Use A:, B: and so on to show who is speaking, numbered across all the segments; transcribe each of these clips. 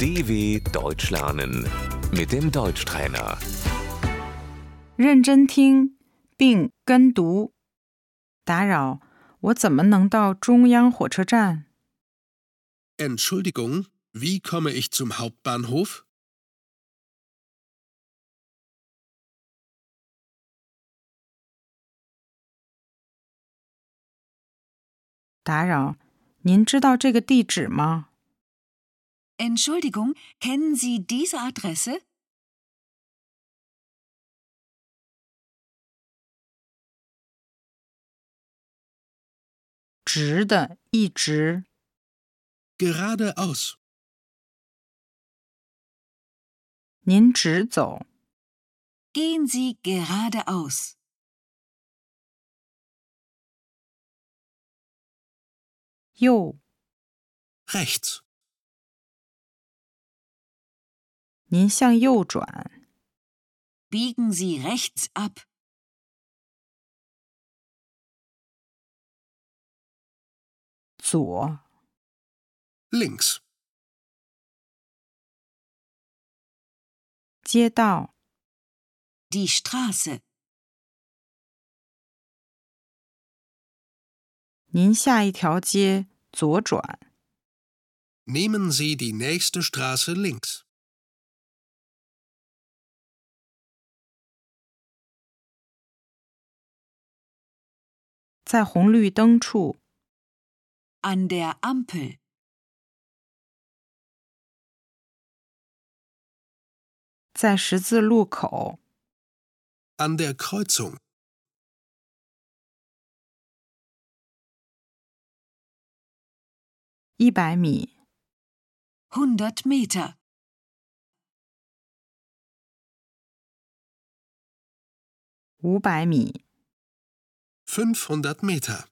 A: DW Deutsch lernen mit dem Deutschtrainer.
B: 认真听并跟读。打扰，我怎么能到中央火车站？
C: Entschuldigung, wie komme ich zum Hauptbahnhof?
B: 打扰，您知道这个地址吗？
D: Entschuldigung, kennen Sie diese Adresse?
B: 直的，一直。
C: Geradeaus.
B: 您直走，
D: Gehen Sie geradeaus.
B: 右。
C: Rechts.
B: 您向右转，
D: Biegen Sie rechts ab.
B: 左。
C: Links.
B: 街道，
D: Die Straße.
B: 您下一条街，左转。
C: Nehmen Sie die nächste Straße links.
B: 在红绿灯处，
D: An der Ampel.
B: 在十字路口，
C: An der Kreuzung.
B: 一百米，
D: 100 Meter.
B: 五百米，
C: 500 Meter.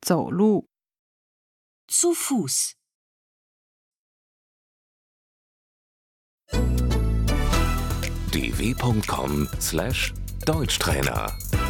B: 走路。
D: Zu Fuß.
A: dw.com/deutschtrainer